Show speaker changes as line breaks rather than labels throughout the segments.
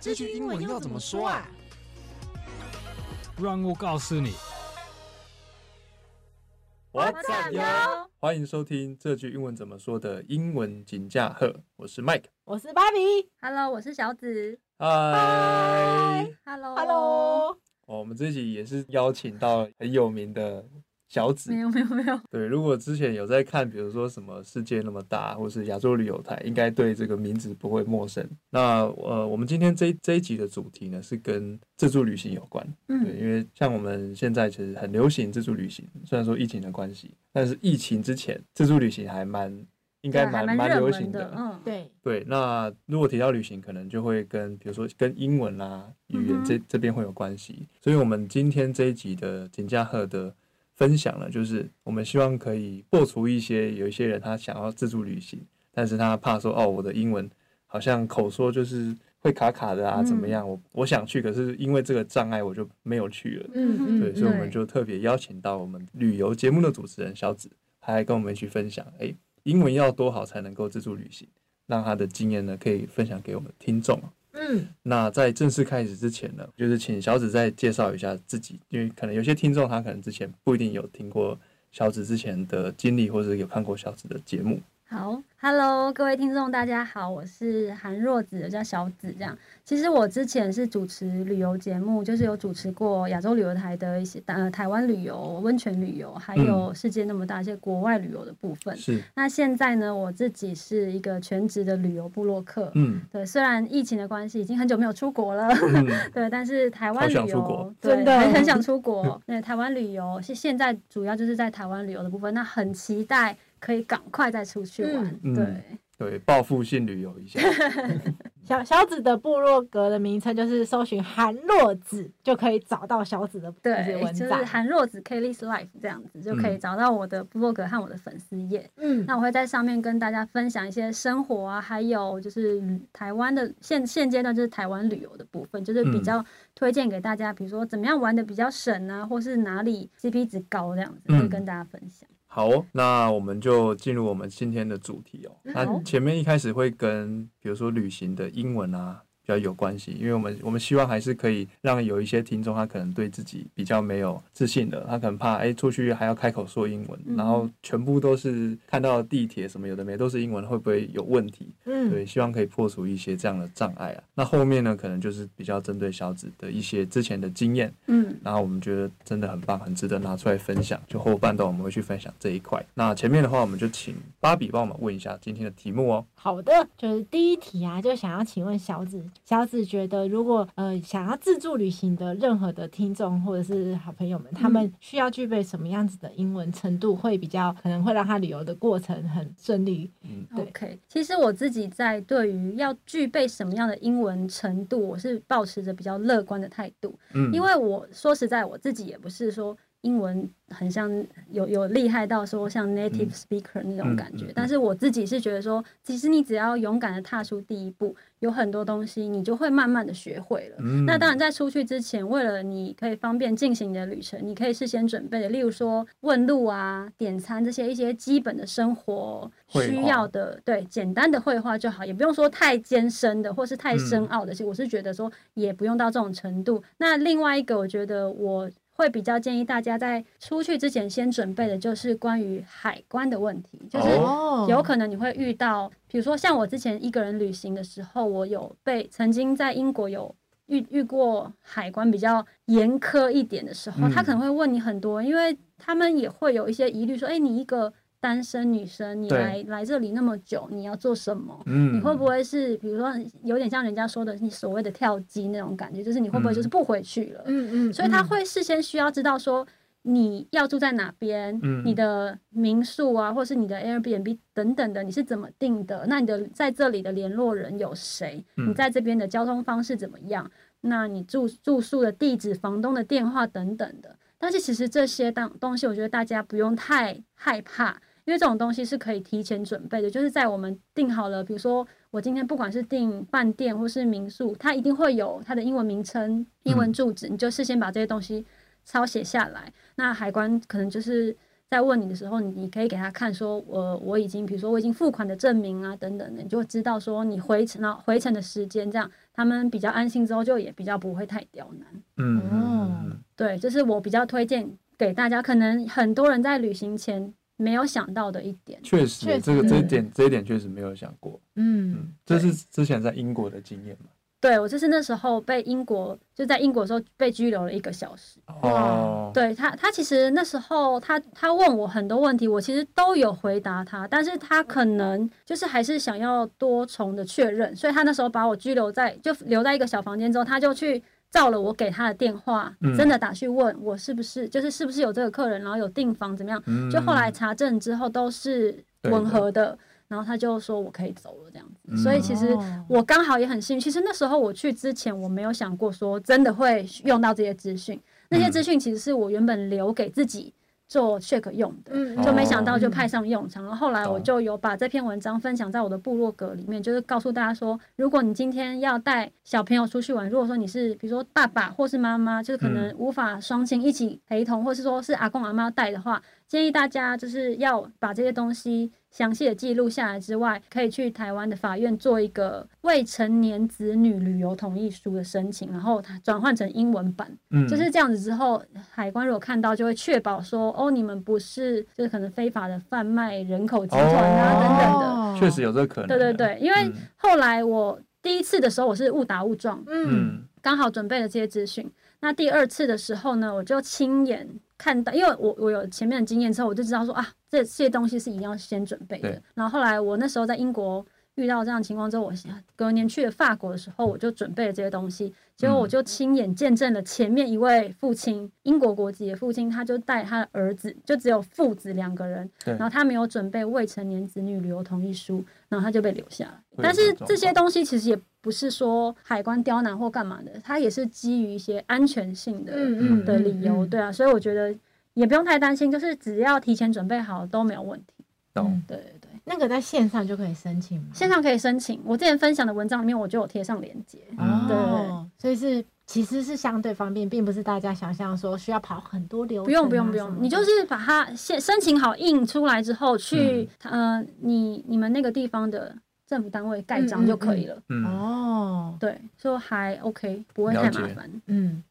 这句英文要怎啊么说啊？
让我告诉你。
What's up,
哦
yo？
欢迎收听这句英文怎么说的英文金驾鹤，我是 Mike。
我是芭比
Hello，我是小紫。
嗨，
Hello，,
，Hello，
哦我们这集也是邀请到很有名的小紫
没。有没有没有，
对，如果之前有在看，比如说什么世界那么大，或是亚洲旅游台，应该对这个名字不会陌生。那呃，我们今天这一这一集的主题呢，是跟自助旅行有关。对，
嗯，
因为像我们现在其实很流行自助旅行，虽然说疫情的关系，但是疫情之前自助旅行还蛮应该
对还
蛮
蛮
蛮
热
流
门
行
的，嗯，
对，
对，那如果提到旅行，可能就会跟比如说跟英文啦、语
嗯哼
言这这边会有关系。所以，我们今天这一集的景嘉鹤的分享呢，就是我们希望可以破除一些有一些人他想要自助旅行，但是他怕说哦，我的英文好像口说就是会卡卡的啊，
嗯
怎么样？我我想去，可是因为这个障碍，我就没有去了。
嗯
对，
嗯，
所以我
对
们就特别邀请到我们旅游节目的主持人小紫，她来跟我们一起分享，哎，英文要多好才能够自助旅行，让她的经验呢可以分享给我们听众。
嗯，
那在正式开始之前呢，就是请小紫再介绍一下自己，因为可能有些听众他可能之前不一定有听过小紫之前的经历，或者有看过小紫的节目。
好，Hello，各位听众，大家好，我是韩若子，我叫小紫。这样，其实我之前是主持旅游节目，就是有主持过亚洲旅游台的一些呃台湾旅游、温泉旅游，还
嗯
有世界那么大一些国外旅游的部分。
是，
那现在呢，我自己是一个全职的旅游部落客。
嗯
对，虽然疫情的关系，已经很久没有出国了，
嗯，
对，但是台湾
好
旅
想出
游
国
对
真的
很很想出国。对，台湾旅游是现在主要就是在台湾旅游的部分，那很期待可以赶快再出去玩。
嗯
对
嗯，对，报复性旅游一下，
小小紫的部落格的名称就是搜寻韩若子就可以找到小紫的就是
对，
文
就是
章，
韩若子 Kelly's Life 这样子，就可以
嗯
找到我的部落格和我的粉丝页。
嗯，
那我会在上面跟大家分享一些生活啊，还有就是嗯台湾的现现阶段就是台湾旅游的部分，就是比较推荐给大家，比如说怎么样玩的比较省啊，或是哪里 CP 值高这样子，
嗯
会跟大家分享。
好哦、那我们就进入我们今天的主题哦。那前面一开始会跟比如说旅行的英文啊比较有关系，因为我们我们希望还是可以让有一些听众他可能对自己比较没有自信的，他可能怕哎出去还要开口说英文，
嗯
然后全部都是看到地铁什么有的没都是英文，会不会有问题？
嗯，
对，希望可以破除一些这样的障碍啊。那后面呢，可能就是比较针对小紫的一些之前的经验，
嗯，
然后我们觉得真的很棒，很值得拿出来分享。就后半段我们会去分享这一块。那前面的话，我们就请芭比帮我们问一下今天的题目哦。
好的，就是第一题啊，就想要请问小紫，小紫觉得如果呃想要自助旅行的任何的听众或者是好朋友们，他们需要具备什么样子的英文程度，会比较可能会让他旅游的过程很顺利？对
OK，其实我自己在对于要具备什么样的英文程度，我是保持着比较乐观的态度，
嗯，
因为我说实在，我自己也不是说英文很像有有厉害到说像 native speaker 那种感觉，
嗯嗯嗯
但是我自己是觉得说，其实你只要勇敢的踏出第一步，有很多东西你就会慢慢的学会了。
嗯
那当然，在出去之前，为了你可以方便进行你的旅程，你可以事先准备的，例如说问路啊、点餐这些一些基本的生活
绘
需
画
要的，对简单的绘画就好，也不用说太艰深的或是太深
嗯
奥的。其实我是觉得说也不用到这种程度。那另外一个，我觉得我。会比较建议大家在出去之前先准备的就是关于海关的问题，就是
哦
有可能你会遇到，比如说像我之前一个人旅行的时候，我有被曾经在英国有遇遇过海关比较严苛一点的时候，
嗯
他可能会问你很多，因为他们也会有一些疑虑，说，哎、你一个单身女生，你
对
来来这里那么久，你要做什么？
嗯
你会不会是，比如说有点像人家说的你所谓的跳机那种感觉，就是你会不会就是不回去了？
嗯嗯，
所以他会事先需要知道说你要住在哪边，
嗯
你的民宿啊，或是你的 Airbnb 等等的，你是怎么定的？那你的在这里的联络人有谁？
嗯
你在这边的交通方式怎么样？那你住住宿的地址、房东的电话等等的。但是其实这些当东西，我觉得大家不用太害怕，因为这种东西是可以提前准备的，就是在我们定好了，比如说我今天不管是订饭店或是民宿，它一定会有它的英文名称、英文住址，你就事先把这些东西抄写下来。那海关可能就是在问你的时候，你你可以给他看说，呃，我已经比如说我已经付款的证明啊等等的，你就知道说你回程啊回程的时间，这样他们比较安心之后，就也比较不会太刁难。
嗯嗯
哦
嗯
对，这是我比较推荐给大家，可能很多人在旅行前没有想到的一点。
确实
确
这个这一
实
点这一点确实没有想过，
嗯
嗯，这是之前在英国的经验嘛？
对我就是那时候被英国就在英国的时候被拘留了一个小时。
哦，
对他，他其实那时候他他问我很多问题，我其实都有回答他，但是他可能就是还是想要多重的确认，所以他那时候把我拘留在就留在一个小房间之后，他就去照了我给他的电话，
嗯
真的打去问我是不是就是是不是有这个客人，然后有订房怎么样，
嗯
就后来查证之后都是吻合的，然后他就说我可以走了这样子，
嗯
所以其实。我刚好也很幸运，其实那时候我去之前，我没有想过说真的会用到这些资讯。那
嗯
些资讯其实是我原本留给自己做 check 用的，
嗯
就没想到就派上用场。然后后来我
哦懂
就有把这篇文章分享在我的部落格里面，就是告诉大家说，如果你今天要带小朋友出去玩，如果说你是比如说爸爸或是妈妈，就是可能
嗯
无法双亲一起陪同，或是说是阿公阿妈带的话，建议大家就是要把这些东西详细的记录下来之外，可以去台湾的法院做一个未成年子女旅游同意书的申请，然后它转换成英文版。
嗯
就是这样子之后，海关如果看到，就会确保说，哦，你们不是就是可能非法的贩卖人口集团啊、
哦
等等的。
的
确实有这个可能，
对对，对，因
嗯
为后来我第一次的时候我是误打误撞，
嗯
嗯
刚好准备了这些资讯。那第二次的时候呢，我就亲眼看到，因为我我有前面的经验之后，我就知道说啊，这些东西是一定要先准备的
对。
然后后来我那时候在英国遇到这样的情况之后，我啊隔年去了法国的时候，我就准备了这些东西，结果我就亲眼见证了前面一位父亲，英国国籍的父亲，他就带他的儿子，就只有父子两个人，
对
然后他没有准备未成年子女旅游同意书，然后他就被留下来。
会有
但是
这种
这些东西其实也不是说海关刁难或干嘛的，它也是基于一些安全性的、
嗯
的理由，，对啊，所以我觉得也不用太担心，就是只要提前准备好都没有问题。
懂，
对对对，
那个在线上就可以申请吗？
线上可以申请，我之前分享的文章里面我就有贴上链接。
嗯
哦，所以是其实是相对方便，并不是大家想象说需要跑很多流程啊、
不用不用不
什么
用，
的
你就是把它先申请好印出来之后去，
嗯
呃，你你们那个地方的政府单位盖
嗯
章就可以了。
嗯，
哦，
对，就还 OK，不会太
了解
麻烦。
嗯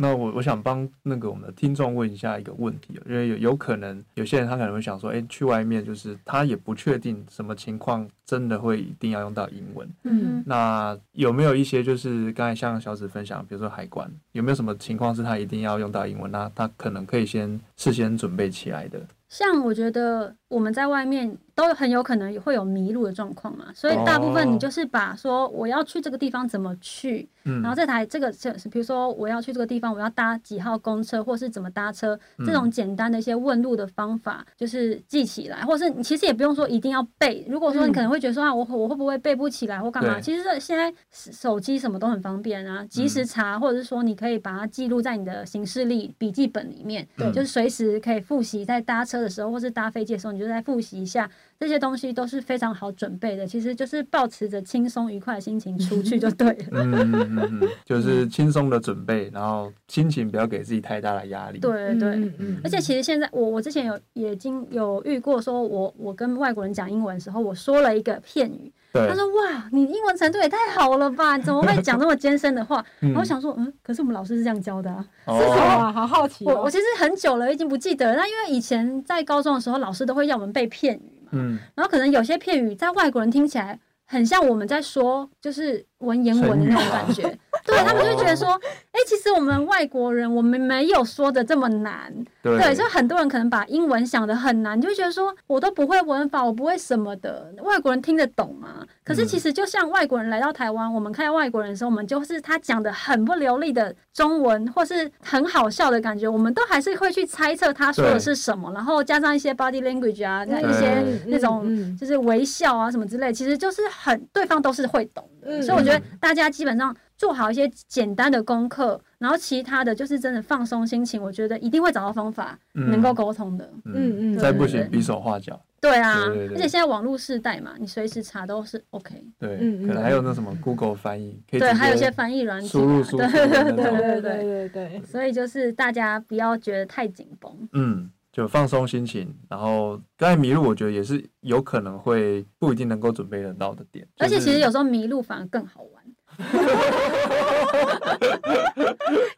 那我我想帮那个我们的听众问一下一个问题哦，因为有有可能有些人他可能会想说，哎，去外面就是他也不确定什么情况真的会一定要用到英文，
嗯
嗯
那有没有一些就是刚才像小紫分享，比如说海关，有没有什么情况是他一定要用到英文？那他可能可以先事先准备起来的。
像我觉得我们在外面都很有可能会有迷路的状况嘛，所以大部分
哦
你就是把说我要去这个地方怎么去，
嗯，
然后这台这个这比如说我要去这个地方，我要搭几号公车或是怎么搭车，
嗯
这种简单的一些问路的方法，就是记起来，或是你其实也不用说一定要背。如果说
嗯
你可能会觉得说啊，我我会不会背不起来或干嘛？
对
其实这现在手手机什么都很方便啊，及
嗯
时查，或者是说你可以把它记录在你的行事历笔记本里面，
对
就是随时可以复习。在搭车的时候或是搭飞机的时候，你就再复习一下，这些东西都是非常好准备的。其实就是保持着轻松愉快的心情出去就对了。
嗯嗯嗯嗯，就是轻松的准备，然后心情不要给自己太大的压力。，
对对。
嗯嗯
而且其实现在我我之前有也经有遇过，说我我跟外国人讲英文的时候，我说了一个片语，
对
他，说哇，你英文程度也太好了吧，你怎么会讲那么艰深的话？
嗯
然后我想说，嗯，可是我们老师是这样教的啊。
是什么
哦，
啊？好好奇、哦，
我我其实很久了，已经不记得了。那因为以前在高中的时候，老师都会要我们背片语嘛，
嗯，
然后可能有些片语在外国人听起来很像我们在说就是文言文的那种感觉，对他们就会觉得说，哎、其实我们外国人我们没有说的这么难。
对，
对，所以很多人可能把英文想得很难，就会觉得说我都不会文法，我不会什么的，外国人听得懂吗？可
嗯
是其实就像外国人来到台湾，我们看到外国人的时候，我们就是他讲的很不流利的中文，或是很好笑的感觉，我们都还是会去猜测他说的
对
是什么，然后加上一些 body language 啊，那一些
嗯
那种
嗯
就是微笑啊什么之类，其实就是很对方都是会懂的，
嗯
所以我觉得大家基本上做好一些简单的功课，然后其他的就是真的放松心情，我觉得一定会找到方法
嗯
能够沟通的。
嗯
嗯嗯，
嗯
再不
对
行
对
比手画脚。
对啊，
对对对
而且现在网络世代嘛，你随时查都是 OK。
对，
嗯嗯
可能还有那什么 Google 翻译，可以
对，
直接
还有一些翻译软体
输入
啊，
输出
对
的那
对
种
对
嗯对
对
对
对。
对对对，
所以就是大家不要觉得太紧绷。
嗯，就放松心情。然后刚才迷路，我觉得也是有可能会不一定能够准备得到的点。
而且
就是
其实有时候迷路反而更好玩。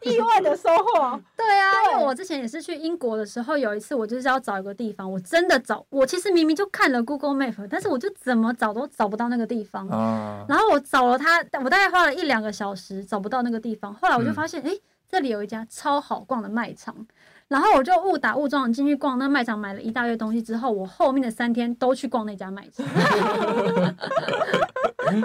意外的收获。
对啊，因为我之前也是去英国的时候，有一次我就是要找一个地方，我真的找，我其实明明就看了 Google Map，但是我就怎么找都找不到那个地方。
啊，
然后我找了它，我大概花了一两个小时找不到那个地方，后来我就
嗯
发现，诶，这里有一家超好逛的卖场，然后我就误打误撞地进去逛那卖场，买了一大堆东西之后，我后面的三天都去逛那家卖场。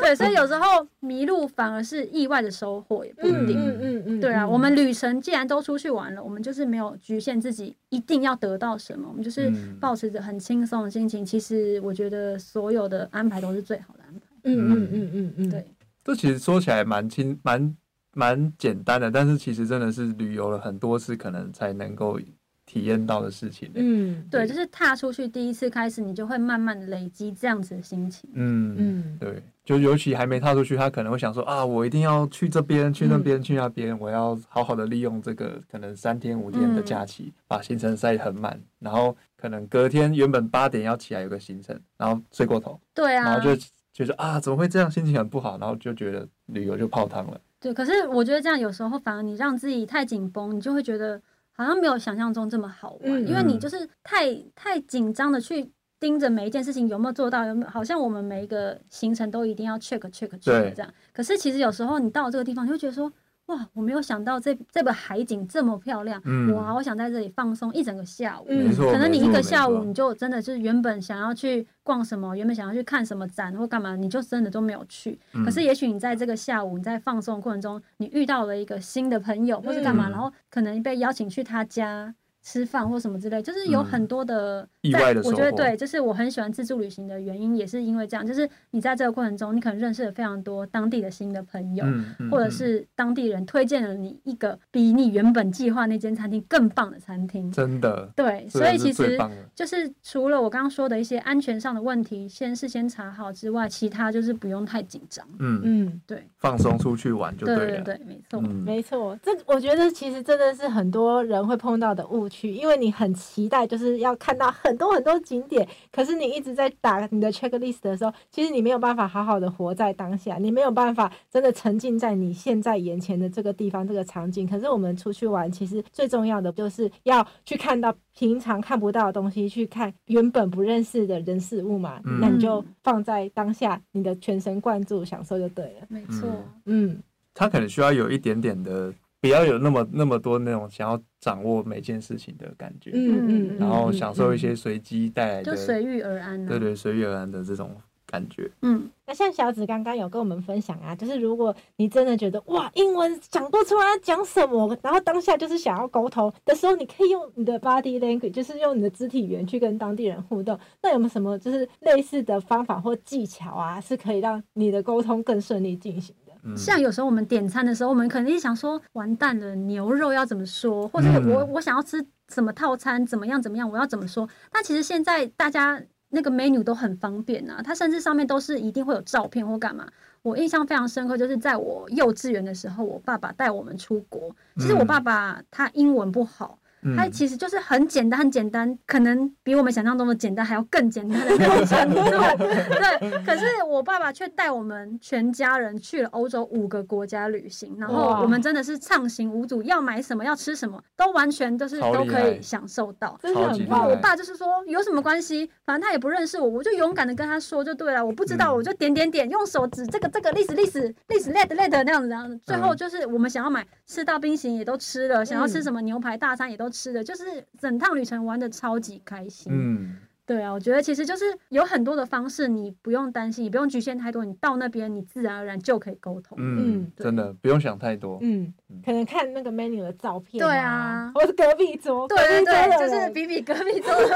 对，所以有时候迷路反而是意外的收获，也不一定。
嗯嗯嗯嗯，
对啊，
嗯
我们旅程既然都出去玩了，我们就是没有局限自己一定要得到什么，我们就是
嗯
保持着很轻松的心情。其实我觉得所有的安排都是最好的安排。
嗯嗯嗯嗯嗯，
对，
这其实说起来蛮轻蛮蛮简单的，但是其实真的是旅游了很多次，可能才能够体验到的事情呢。
嗯
对，就是踏出去第一次开始，你就会慢慢地累积这样子的心情。
嗯
嗯
对，就尤其还没踏出去，他可能会想说啊，我一定要去这边、去那
嗯
边、去那边，我要好好的利用这个可能三天五天的
嗯
假期，把行程塞很满，然后可能隔天原本八点要起来有个行程，然后睡过头，
对
然
啊
后，就觉得啊，怎么会这样，心情很不好，然后就觉得旅游就泡汤了。
对。可是我觉得这样有时候反而你让自己太紧绷，你就会觉得好像没有想象中这么好玩，
嗯
因为你
嗯
就是太太紧张的去。盯着每一件事情有没有做到，有没有好像我们每一个行程都一定要 check check check
对
这样。可是其实有时候你到了这个地方，你会觉得说，哇，我没有想到这这个海景这么漂亮，
嗯
我好想在这里放松一整个下午。
嗯
没错，
哦可能你
没
一
错
个下
没
午，
错
你就真的就是原本想要去逛什么，原本想要去看什么展或干嘛，你就真的都没有去。可
嗯
是也许你在这个下午，你在放松的过程中，你遇到了一个新的朋友或是干嘛，
嗯
然后可能被邀请去他家吃饭或什么之类，就是有
嗯
很多的
意
在
外的
我觉得
收获
对，就是我很喜欢自助旅行的原因也是因为这样，就是你在这个过程中，你可能认识了非常多当地的新的朋友。
嗯嗯
或者
嗯
是当地人推荐了你一个比你原本计划那间餐厅更棒的餐厅，
真的，
对，
这
所以
个是
其
最
实
棒的
就是除了我刚刚说的一些安全上的问题，先事先查好之外，其他就是不用太紧张。
嗯，
嗯。
对，
放松出去玩就
对
了。
对对，没错。
嗯，
没错，这我觉得其实真的是很多人会碰到的误区，因为你很期待就是要看到很多很多景点，可是你一直在打你的 checklist 的时候，其实你没有办法好好的活在当下，你没有办法真的沉浸在你现在眼前的这个地方这个场景。可是我们出去玩，其实最重要的就是要去看到平常看不到的东西，去看原本不认识的人事物嘛，
嗯
那你就放在当下，你的全神贯注享受就对了。
没错，
嗯
嗯。
他可能需要有一点点的，不要有那么那么多那种想要掌握每件事情的感觉，
嗯嗯，
然后
嗯
享受
嗯
一。些随机带来的，
就随遇而安、啊。
对，对，随遇而安的这种感觉。
嗯，
那像小紫刚刚有跟我们分享啊，就是如果你真的觉得哇，英文讲不出来要讲什么，然后当下就是想要沟通的时候，你可以用你的 body language，就是用你的肢体语言去跟当地人互动。那有没有什么就是类似的方法或技巧啊，是可以让你的沟通更顺利进行的？
嗯，
像有时候我们点餐的时候，我们可能一想说，完蛋了，牛肉要怎么说，或者
嗯
我、我想要吃什么套餐，怎么样怎么样，我要怎么说？但其实现在大家那个 menu 都很方便啊，它甚至上面都是一定会有照片或干嘛。我印象非常深刻，就是在我幼稚园的时候，我爸爸带我们出国。其实我
嗯
爸爸他英文不好，
嗯
它其实就是很简单，很简单，可能比我们想象中的简单还要更简单的那种 程度。对，可是我爸爸却带我们全家人去了欧洲五个国家旅行，然后
哇
我们真的是畅行无阻，要买什么，要吃什么，都完全就是
超
都
厉
可以
害
享受到。
真的
超
很
级厉
然后
棒
我
害
爸就是说有什么关系，反正他也不认识我，我就勇敢的跟他说就对了。我不知道，
嗯
我就点点点，用手指这个这个历史历史历史 let let 那样子，然后最后就是我们想要买吃到冰淇淋也都吃
嗯
了，想要吃什么牛排大餐也都吃了，就是整趟旅程玩的超级开心。
嗯，
对啊，我觉得其实就是有很多的方式，你不用担心，也不用局限太多，你到那边你自然而然就可以沟通。
嗯
嗯
嗯，真的不用想太多。
嗯
嗯，
可能看那个 menu 的照片、
对
啊
啊，
或是隔壁桌，
对对
隔壁
对，
桌的
就是
人
比比隔壁桌的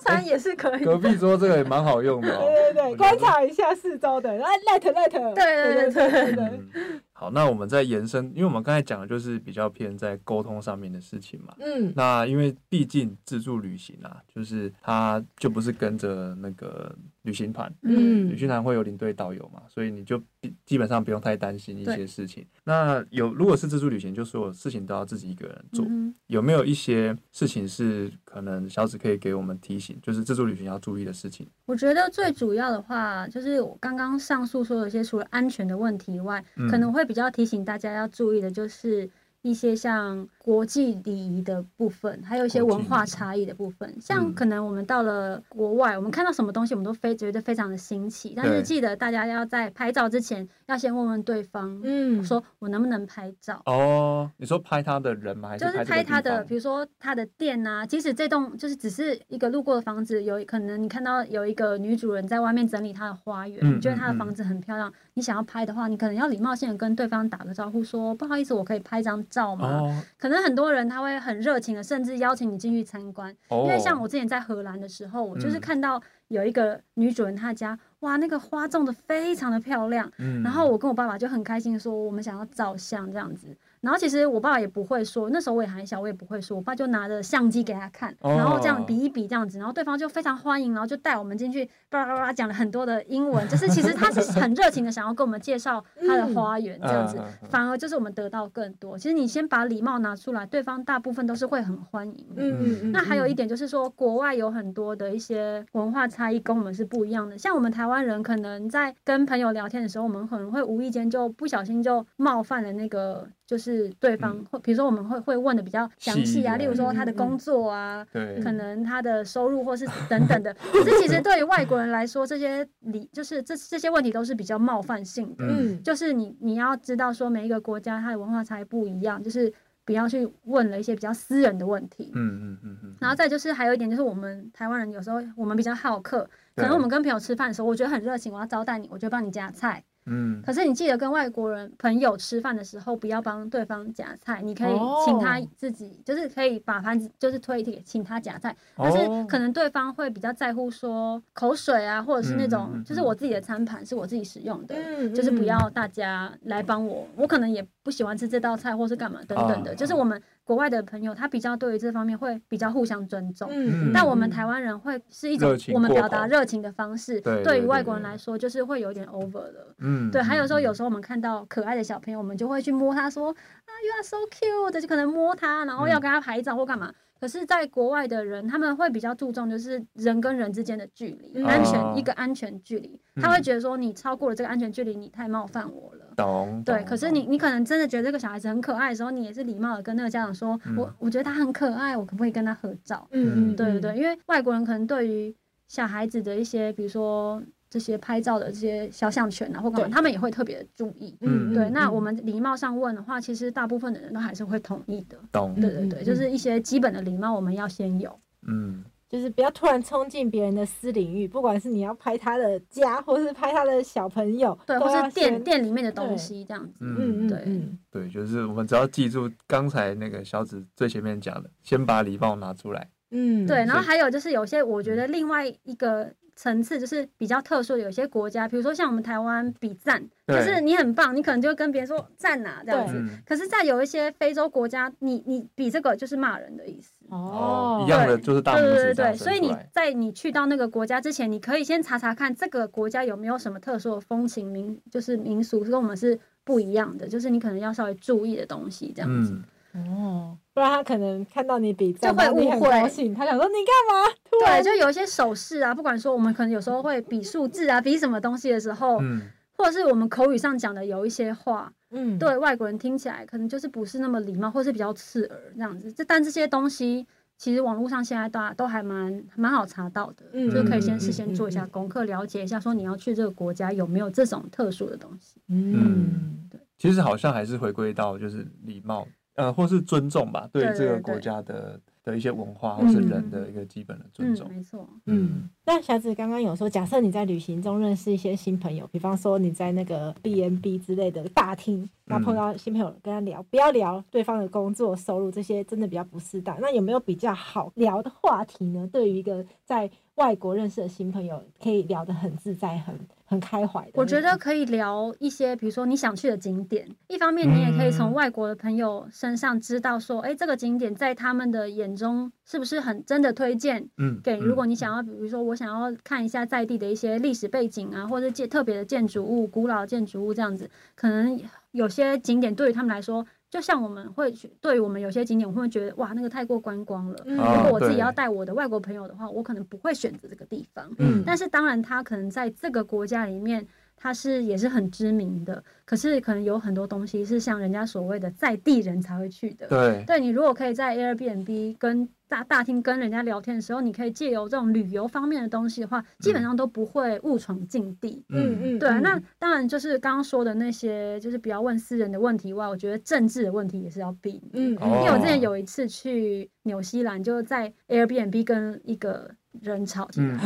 餐也是可以的。
隔壁桌这个也蛮好用的哦。
对对
我觉得
对，观察一下四周的，然后 let let，
对对对对
对对，
嗯好，那我们再延伸，因为我们刚才讲的就是比较偏在沟通上面的事情嘛。
嗯
那因为毕竟自助旅行啊，就是它就不是跟着那个旅行团，
嗯
旅行团会有领队导游嘛，所以你就比基本上不用太担心一
对
些事情。那有如果是自助旅行，就所有事情都要自己一个人做。
嗯
有没有一些事情是可能小紫可以给我们提醒，就是自助旅行要注意的事情？
我觉得最主要的话，就是我刚刚上述说的一些除了安全的问题以外，
嗯
可能会比较提醒大家要注意的，就是一些像国际礼仪的部分，还有一些
国际
文化差异的部分。像
嗯
可能我们到了国外，我们看到什么东西，我们都非觉得非常的新奇，但是
对
记得大家要在拍照之前，要先问问对方，
嗯，
说我能不能拍照。
哦，你说拍他的人吗？还
就是
拍
拍他
他
的，比如说他的店啊，即使这栋就是只是一个路过的房子，有可能你看到有一个女主人在外面整理她的花园，
嗯
你觉得她的
嗯嗯
房子很漂亮，你想要拍的话，你可能要礼貌性的跟对方打个招呼说，不好意思，我可以拍张照吗？
哦
可能很多人他会很热情的，甚至邀请你进去参观。
哦，
因为像我之前在荷兰的时候，我就是
嗯
看到有一个女主人她家，哇，那个花种的非常的漂亮，
嗯，
然后我跟我爸爸就很开心地说我们想要照相这样子。然后其实我爸爸也不会说，那时候我也还小，我也不会说，我爸就拿着相机给他看，
哦
然后这样比一比这样子，然后对方就非常欢迎，然后就带我们进去，巴拉巴拉巴拉讲了很多的英文，就是其实他是很热情的想要跟我们介绍他的花园这样
嗯
子，
嗯嗯嗯
反而就是我们得到更多。其实你先把礼貌拿出来，对方大部分都是会很欢迎你。
嗯，嗯嗯，
那还有一点就是说，国外有很多的一些文化差异跟我们是不一样的。像我们台湾人，可能在跟朋友聊天的时候，我们可能会无意间就不小心就冒犯了那个，就是对方
嗯
会，比如说我们会会问的比较详细啊，
细
例如说他的
嗯嗯
工作啊。
对，
可能他的收入或是等等的，可是其实对于外国人来说，这些理就是这这些问题都是比较冒犯性的。
嗯，
就是你你要知道说每一个国家它的文化差异不一样，就是不要去问了一些比较私人的问题。
嗯嗯嗯嗯，
然后再就是还有一点就是我们台湾人有时候我们比较好客，可能
对
我们跟朋友吃饭的时候，我觉得很热情，我要招待你，我就帮你夹菜。
嗯
可是你记得跟外国人朋友吃饭的时候，不要帮对方夹菜，你可以请他
哦
自己，就是可以把盘子就是推一推，请他夹菜。但
哦
是可能对方会比较在乎说口水啊，或者是那种、
嗯嗯嗯
就是我自己的餐盘是我自己使用的，
嗯
就是不要大家来帮我，我可能也不喜欢吃这道菜或是干嘛等等的，
啊
就是我们国外的朋友他比较对于这方面会比较互相尊重。
嗯，
但我们台湾人会是一种
热情
我们
过
表达
头
热情的方式，
对对
对于
对
外国人
对
来说就是会有点 over 了。
嗯，
对，还有说有
时
时候我们看到可爱的小朋友，我们就会去摸他说啊，you are so cute，就可能摸他，然后
嗯
要跟他拍照或干嘛。可是，在国外的人，他们会比较注重就是人跟人之间的距离，
嗯
安全、
哦
一个安全距离。他会
嗯
觉得说你超过了这个安全距离，你太冒犯我了。
懂，
对，
懂
可是
懂
你你可能真的觉得这个小孩子很可爱的时候，你也是礼貌的跟那个家长说，我
嗯
我觉得他很可爱，我可不可以跟他合照？
嗯嗯，
对对对，，因为外国人可能对于小孩子的一些，比如说这些拍照的这些肖像权啊或干嘛，
对
他们也会特别地注意。
嗯，
对，那我们礼貌上问的话，其实大部分的人都还是会同意的。
懂，
对对对，
嗯
就是一些基本的礼貌，我们要先有。
嗯
就是不要突然冲进别人的私领域，不管是你要拍他的家，或是拍他的小朋友，
对，
都
或
要
是店
先，
店里面的东西这样子。
嗯
嗯嗯，
对
嗯
对，就是我们只要记住刚才那个小紫最前面讲的，先把礼貌拿出来，
嗯，
对，然后
所以
还有就是有些我觉得另外一个层次就是比较特殊的，有些国家，比如说像我们台湾比赞，就
对
是你很棒，你可能就会跟别人说赞哪这样
对
子。
嗯
可是，在有一些非洲国家，你你比这个就是骂人的意思。
哦，
一样的
对
就是大
对
拇
对
指
对
这样
对，
伸
所以
出
你
来
在你去到那个国家之前，你可以先查查看这个国家有没有什么特殊的风情民，就是民俗跟我们是不一样的，就是你可能要稍微注意的东西这样子。
嗯，
哦，不然他可能看到你比
就
赞，
会
然后你
误
很
会
高兴，他想说你干嘛？突
对，
然
就有一些手势啊，不管说我们可能有时候会比数字啊，比什么东西的时候，
嗯，
或者是我们口语上讲的有一些话，
嗯，
对外国人听起来可能就是不是那么礼貌，或是比较刺耳这样子。这但这些东西其实网络上现在大都还蛮蛮好查到的，
嗯
就可以
嗯
先
嗯
事先做一下功课，了解一下说你要去这个国家有没有这种特殊的东西。
嗯，
其实好像还是回归到就是礼貌，呃，或是尊重吧，对
对
这个
对
国
对
家的的一些文化或是人的一个基本的尊
嗯，
重，
没错。
嗯，那小紫刚刚有说，假设你在旅行中认识一些新朋友，比方说你在那个 B N B 之类的大厅，那碰到新朋友跟他聊，不要聊对方的工作、收入这些，真的比较不适当。那有没有比较好聊的话题呢？对于一个在外国认识的新朋友，可以聊得很自在、很很开怀的那种。
我觉得可以聊一些，比如说你想去的景点。一方面，你也可以从
嗯
外国的朋友身上知道说，哎、这个景点在他们的眼中是不是很真的推荐
嗯，
给？如果
嗯
你想要，比如说我想要看一下在地的一些历史背景啊，或者建特别的建筑物、古老的建筑物这样子，可能有些景点对于他们来说，就像我们会去，对于我们有些景点，我们会觉得哇，那个太过观光了。
嗯，
如
啊
果我自己
对
要带我的外国朋友的话，我可能不会选择这个地方。
嗯
但是当然，它可能在这个国家里面，它是也是很知名的。可是可能有很多东西是像人家所谓的在地人才会去的。
对，
对你如果可以在 Airbnb 跟大大厅跟人家聊天的时候，你可以借由这种旅游方面的东西的话，基本上都不会误闯境地。
嗯嗯，
对啊，
嗯
那当然就是刚刚说的那些，就是不要问私人的问题以外，我觉得政治的问题也是要避免。
嗯，
哦
因为我之前有一次去纽西兰，就在 Airbnb 跟一个人吵架，
嗯，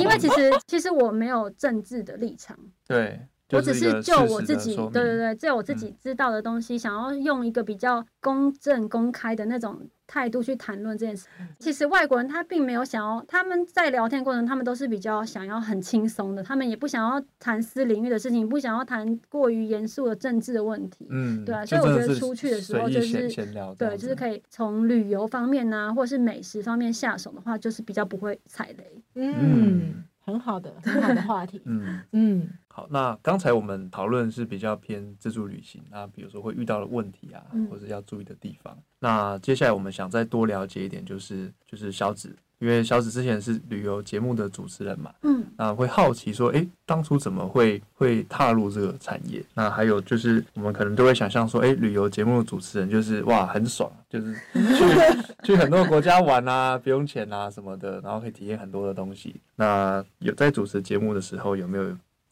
因为其实其实我没有政治的立场，
对，
我
就
只
一个
是就
事
我
实
自
的
己，
说
对对
明，嗯
对，就我自己知道的东西，想要用一个比较公正、公开的那种态度去谈论这件事。其实外国人他并没有想要，他们在聊天过程，他们都是比较想要很轻松的，他们也不想要谈私领域的事情，不想要谈过于严肃的政治的问题。
嗯，
对啊
就
所以
真
我觉
的
得
是
出去的时候
随意
就是
闲闲聊这
对，
样
就是
子
可以从旅游方面啊，或是美食方面下手的话，就是比较不会踩雷。
嗯，很好的，很好的话题。
嗯。
嗯，
好，那刚才我们讨论是比较偏自助旅行，那比如说会遇到的问题啊，
嗯
或是要注意的地方。那接下来我们想再多了解一点，就是就是小紫，因为小紫之前是旅游节目的主持人嘛，
嗯，
那会好奇说，诶，当初怎么会会踏入这个产业？那还有就是，我们可能都会想象说，诶，旅游节目的主持人就是哇，很爽，就是 去 去很多国家玩啊，不用钱啊什么的，然后可以体验很多的东西。那有在主持节目的时候，有没有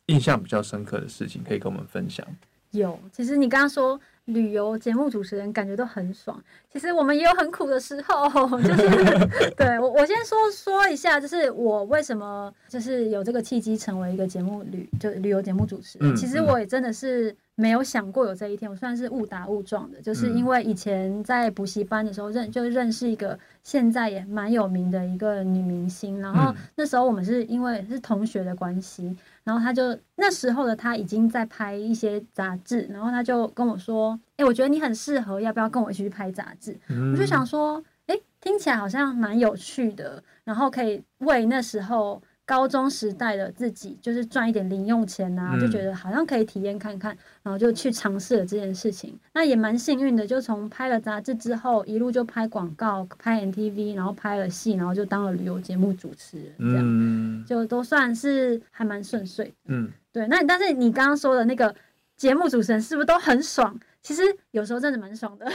印象比较深刻的事情可以跟我们分享？
有。其实你刚刚说旅游节目主持人感觉都很爽，其实我们也有很苦的时候，就是 对我我先说说一下，就是我为什么就是有这个契机成为一个节目旅就旅游节目主持人。
嗯
其实
嗯
我也真的是没有想过有这一天，我算是误打误撞的，就是因
嗯
为以前在补习班的时候认就认识一个现在也蛮有名的一个女明星，然后
嗯
那时候我们是因为是同学的关系，然后她就那时候的她已经在拍一些杂志，然后她就跟我说：“哎、我觉得你很适合，要不要跟我一起去拍杂志？”我
我
就想，说，诶，听起来好像蛮有趣的，然后可以为那时候高中时代的自己，就是赚一点零用钱啊，
嗯
就觉得好像可以体验看看，然后就去尝试了这件事情。那也蛮幸运的，就从拍了杂志之后，一路就拍广告、拍 MTV，然后拍了戏，然后就当了旅游节目主持人，这样、
嗯
就都算是还蛮顺遂的
嗯，
对，那但是你刚刚说的那个节目主持人是不是都很爽？其实有时候真的 蛮爽的，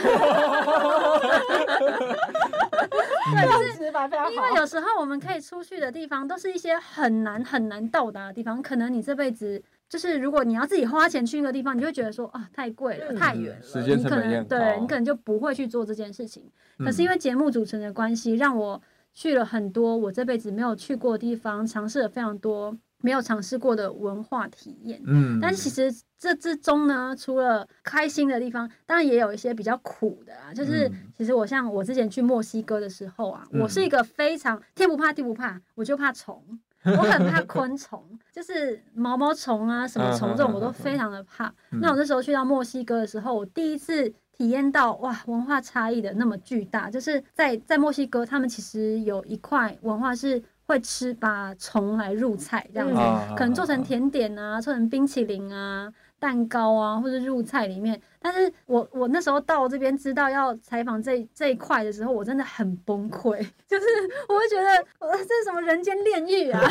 用词吧非常
因为
好。
有时候我们可以出去的地方都是一些很难很难到达的地方，可能你这辈子就是如果你要自己花钱去一个地方，你就会觉得说啊太贵了，
嗯
太远了，
时间
你
成
可
本也
能
很
对你
高啊嗯
可能就不会去做这件事情。可是因
为
为节目主持人的关系，让我去了很多我这辈子没有去过的地方，尝试了非常多没有尝试过的文化体验。
嗯，
但是其实这之中呢，除了开心的地方，当然也有一些比较苦的啦。就是、
嗯
其实我像我之前去墨西哥的时候啊，
嗯
我是一个非常天不怕地不怕，我就怕虫，我很怕昆虫，就是毛毛虫啊嗯什么虫这种我都非常的怕。那我那时候去到墨西哥的时候，我第一次。体验到哇，文化差异的那么巨大，就是在在墨西哥，他们其实有一块文化是会吃把虫来入菜这样子，
嗯
啊
可能做成甜点啊，做成冰淇淋啊、蛋糕啊，或者入菜里面。但是我我那时候到这边知道要采访这这一块的时候，我真的很崩溃， 就是我会觉得我这是什么人间炼狱啊！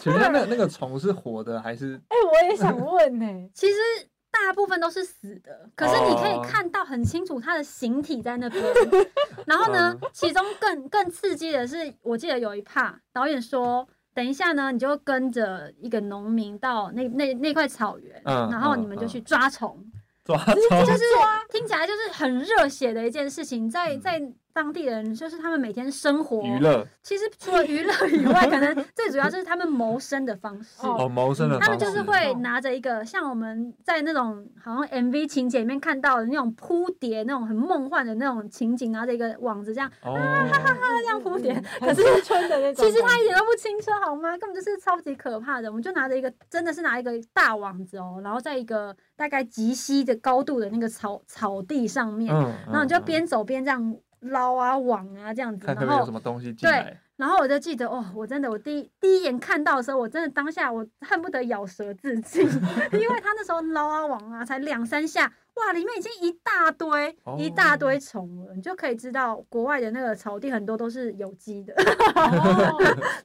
请问那那个虫是活的还是？
哎，我也想问呢。
其实大部分都是死的，可是你可
哦
以看到很清楚它的形体在 那边。然后呢
嗯，
其中更更刺激的是，我记得有一趴导演说。等一下呢，你就跟着一个农民到那那那块草原，
嗯
然后
嗯
你们就
嗯
去抓虫，
抓虫
就是听起来就是很热血的一件事情，在在当地人就是他们每天生活
嗯娱乐
其实除了娱乐以外，可能最主要就是他们谋生的方式。
哦
哦，谋生的
他
方
们
式，
就是会拿着一个像我们在那种好像 MV 情节里面看到的那种扑蝶那种很梦幻的那种情景，拿着一个网子这样，啊
哦，
这样扑蝶。
可是嗯青春的那种
其
感觉，
实它一点都不青春，好吗？根本就是超级可怕的。我们就拿着一个，真的是拿一个大网子哦，然后在一个大概及膝的高度的那个草草地上面，
嗯，
然后你就
嗯
边走边这样捞啊网啊这样子，
看
然
特别有
后
什么东西进来，
然后我就记得哦，我真的我第一第一眼看到的时候，我真的当下我恨不得咬舌自尽， 因为他那时候捞啊网啊才两三下，哇，里面已经一大堆、
哦
一大堆虫了，你就可以知道国外的那个草地很多都是有机的，
哦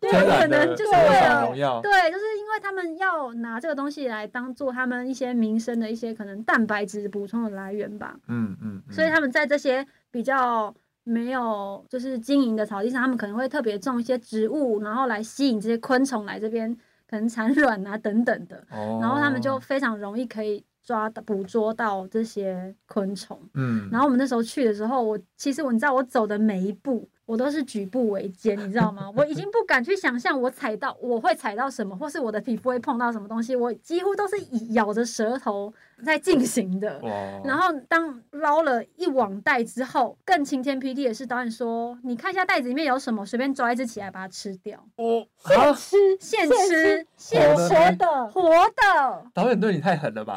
因为
天
可
然的
能就是
天
为
然
了
的农药，
对，啊就是因为他们要拿这个东西来当做他们一些民生的一些可能蛋白质补充的来源吧，
嗯嗯，嗯
所以他们在这些比较没有就是经营的草地上，他们可能会特别种一些植物，然后来吸引这些昆虫来这边可能产卵啊等等的，
哦，
然后他们就非常容易可以抓到捕捉到这些昆虫。
嗯，
然后我们那时候去的时候，我其实我你知道我走的每一步，我都是举步维艰，你知道吗？我已经不敢去想象我踩到我会踩到什么，或是我的皮肤会碰到什么东西，我几乎都是以咬着舌头在进行的。
哇，
然后当捞了一网袋之后，更晴天霹雳的是，导演说：“你看一下袋子里面有什么，随便抓一只起来把它吃掉，
哦，
现
啊
吃
现
现
吃
吃
现
活
吃
活的，
活的。
导演对你太狠了吧？”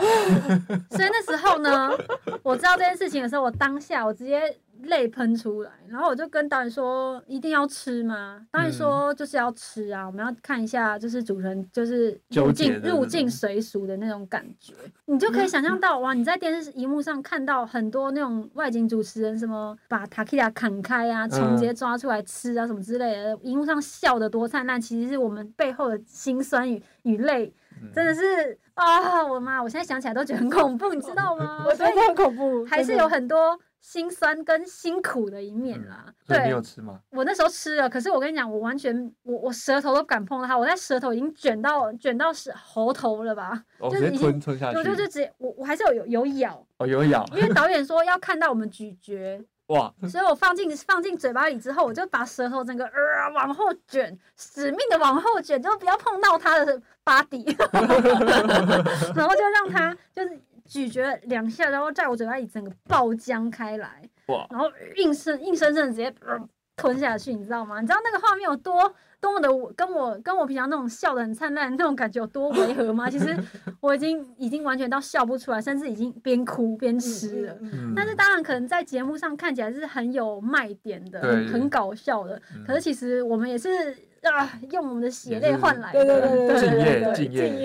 所以那时候呢，我知道这件事情的时候，我当下我直接泪喷出来，然后我就跟导演说：“一定要吃吗？”导演说：“
嗯
就是要吃啊，我们要看一下，就是主人就是入
纠结
境
的那
入境
种嗯
随俗的那种感觉。”你就可以想象到哇，你在电视荧幕上看到很多那种外景主持人，什么把塔 q 亚砍开啊，虫
嗯
直接抓出来吃啊，什么之类的，荧幕上笑得多灿烂，其实是我们背后的辛酸与与泪，
嗯
真的是啊、我妈，我现在想起来都觉得很恐怖，你知 道吗？
我觉
所以
得很恐怖，
还是
真的
有很多辛酸跟辛苦的一面啦。
嗯所以你
对
有，吃吗？
我那时候吃了，可是我跟你讲，我完全我我舌头都不敢碰到它，我在舌头已经卷到卷到是喉头了吧？
我
就
哦直
是
接
已经
吞吞下去
我，就就直接我我还是有有有咬，
哦，有咬，
因为导演说要看到我们咀嚼，
哇，
所以我放进放进嘴巴里之后，我就把舌头整个呃往后卷，死命的往后卷，就不要碰到它的 body，然后就让它就是咀嚼两下，然后在我嘴巴里整个爆浆开来，
哇
然后硬生硬生生地直接、呃吞下去，你知道吗？你知道那个画面有多多么的我跟我跟我平常那种笑得很灿烂的那种感觉有多违和吗？其实我已经已经完全到笑不出来，甚至已经边哭边吃了。
嗯嗯嗯
嗯，
但是当然，可能在节目上看起来是很有卖点的，
对
很很搞笑的。
嗯
可是其实我们也是啊，用我们的血泪换来
对对
的。
对对对
敬业
对
敬业
敬业，
敬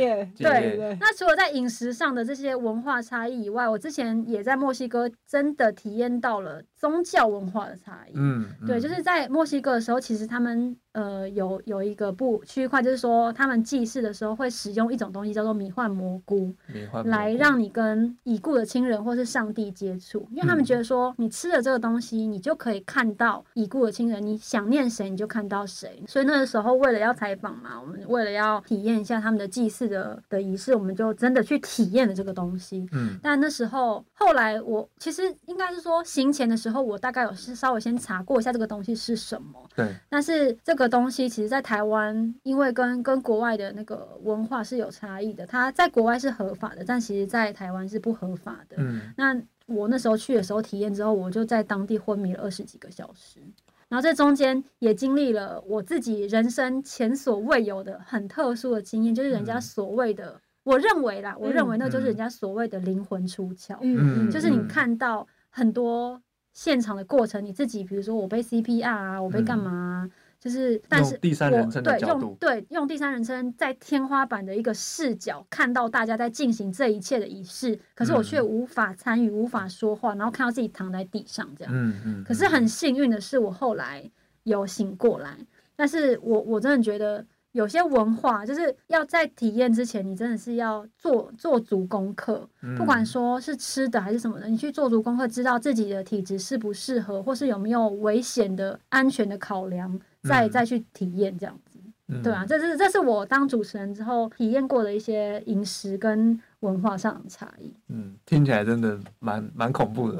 业
对对
那除了在饮食上的这些文化差异以外，我之前也在墨西哥真的体验到了宗教文化的差异。
嗯，嗯
对，就是在墨西哥的时候，其实他们呃有有一个部区块，就是说他们祭祀的时候会使用一种东西叫做迷幻蘑菇。
迷幻蘑菇
来让你跟已故的亲人或是上帝接触，因为他们觉得说，你吃了这个东西，你就可以看到已故的亲人，你想念谁你就看到谁。所以那个时候为了要采访嘛，我们为了要体验一下他们的祭祀的的仪式，我们就真的去体验了这个东西。
嗯
但那时候，后来我其实应该是说行前的时候，我大概有是稍微先查过一下这个东西是什么。
对
但是这个东西其实，在台湾，因为跟跟国外的那个文化是有差异的，它在国外是合法的，但其实在台湾是不合法的。
嗯
那我那时候去的时候体验之后，我就在当地昏迷了二十几个小时，然后这中间也经历了我自己人生前所未有的很特殊的经验，就是人家
嗯
所谓的，我认为啦，我认为那就是人
嗯
家所谓的灵魂出窍。
嗯
嗯
就是你
嗯
看到很多现场的过程，你自己比如说我被 CPR 啊，我被干嘛、啊，就是但
嗯
是
用第三
我
人称的
对
角
用
度
对用第三人称在天花板的一个视角看到大家在进行这一切的仪式，可是我却
嗯
无法参与，无法说话，然后看到自己躺在地上这样。
嗯嗯，
可是很幸运的是，我后来有醒过来。但是我我真的觉得有些文化就是要在体验之前，你真的是要做做足功课，
嗯
不管说是吃的还是什么的，你去做足功课，知道自己的体质适不适合，或是有没有危险的安全的考量，再
嗯
再去体验这样子。
嗯
对啊，这是这是我当主持人之后体验过的一些饮食跟文化上的差异，
嗯，听起来真的蛮蛮恐怖的。